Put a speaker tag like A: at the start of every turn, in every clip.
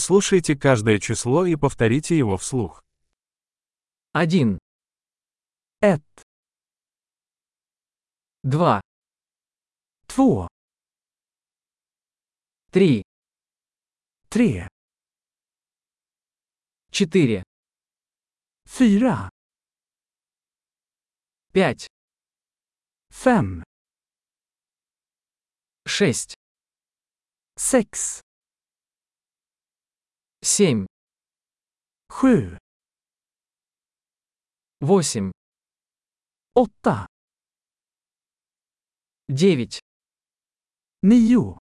A: Прослушайте каждое число и повторите его вслух.
B: Один,
A: Эт,
B: два,
A: тву,
B: три,
A: три,
B: четыре,
A: fyra,
B: пять,
A: fem,
B: шесть,
A: sex,
B: семь,
A: sju,
B: восемь,
A: åtta,
B: девять,
A: nio,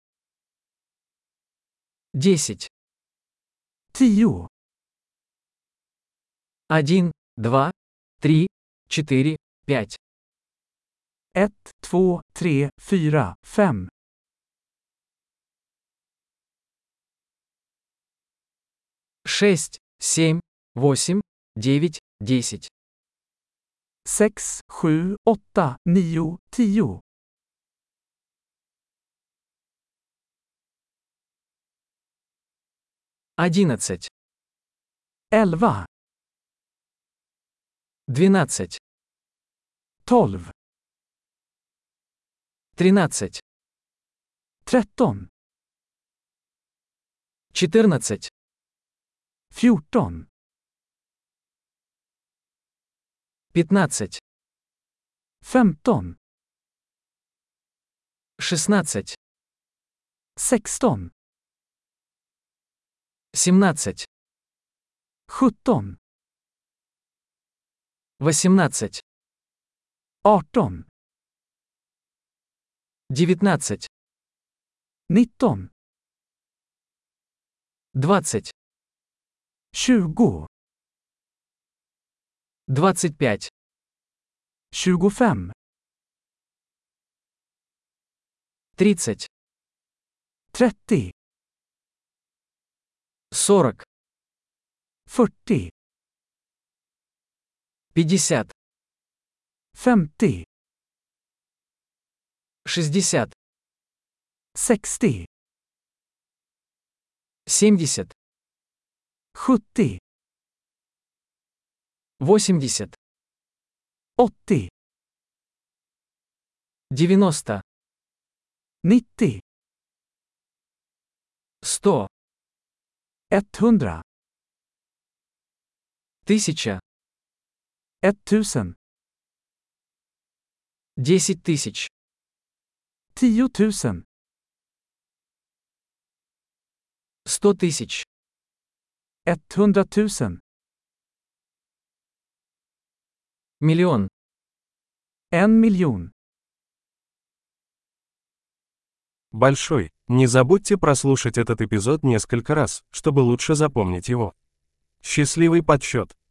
B: десять,
A: tio,
B: один, два, три, четыре, пять,
A: ett, två, tre, fyra, fem,
B: шесть, семь, восемь, девять, десять,
A: sex, sju, åtta, nio, tio,
B: одиннадцать,
A: elva,
B: двенадцать,
A: tolv,
B: тринадцать,
A: tretton,
B: четырнадцать,
A: fjorton,
B: пятнадцать,
A: femton,
B: шестнадцать,
A: sexton,
B: семнадцать,
A: sjutton,
B: восемнадцать,
A: arton,
B: девятнадцать,
A: nitton,
B: двадцать,
A: tjugo,
B: двадцать пять,
A: tjugofem,
B: тридцать,
A: trettio,
B: сорок,
A: fyrtio,
B: пятьдесят,
A: femtio,
B: шестьдесят,
A: sextio,
B: семьдесят,
A: sjuttio,
B: восемьдесят,
A: åttio,
B: девяносто,
A: nittio,
B: сто,
A: etthundra,
B: тысяча,
A: etttusen,
B: десять тысяч,
A: tiotusen,
B: сто тысяч,
A: etthundratusen,
B: миллион,
A: en miljon. Большой. Не забудьте прослушать этот эпизод несколько раз, чтобы лучше запомнить его. Счастливый подсчет!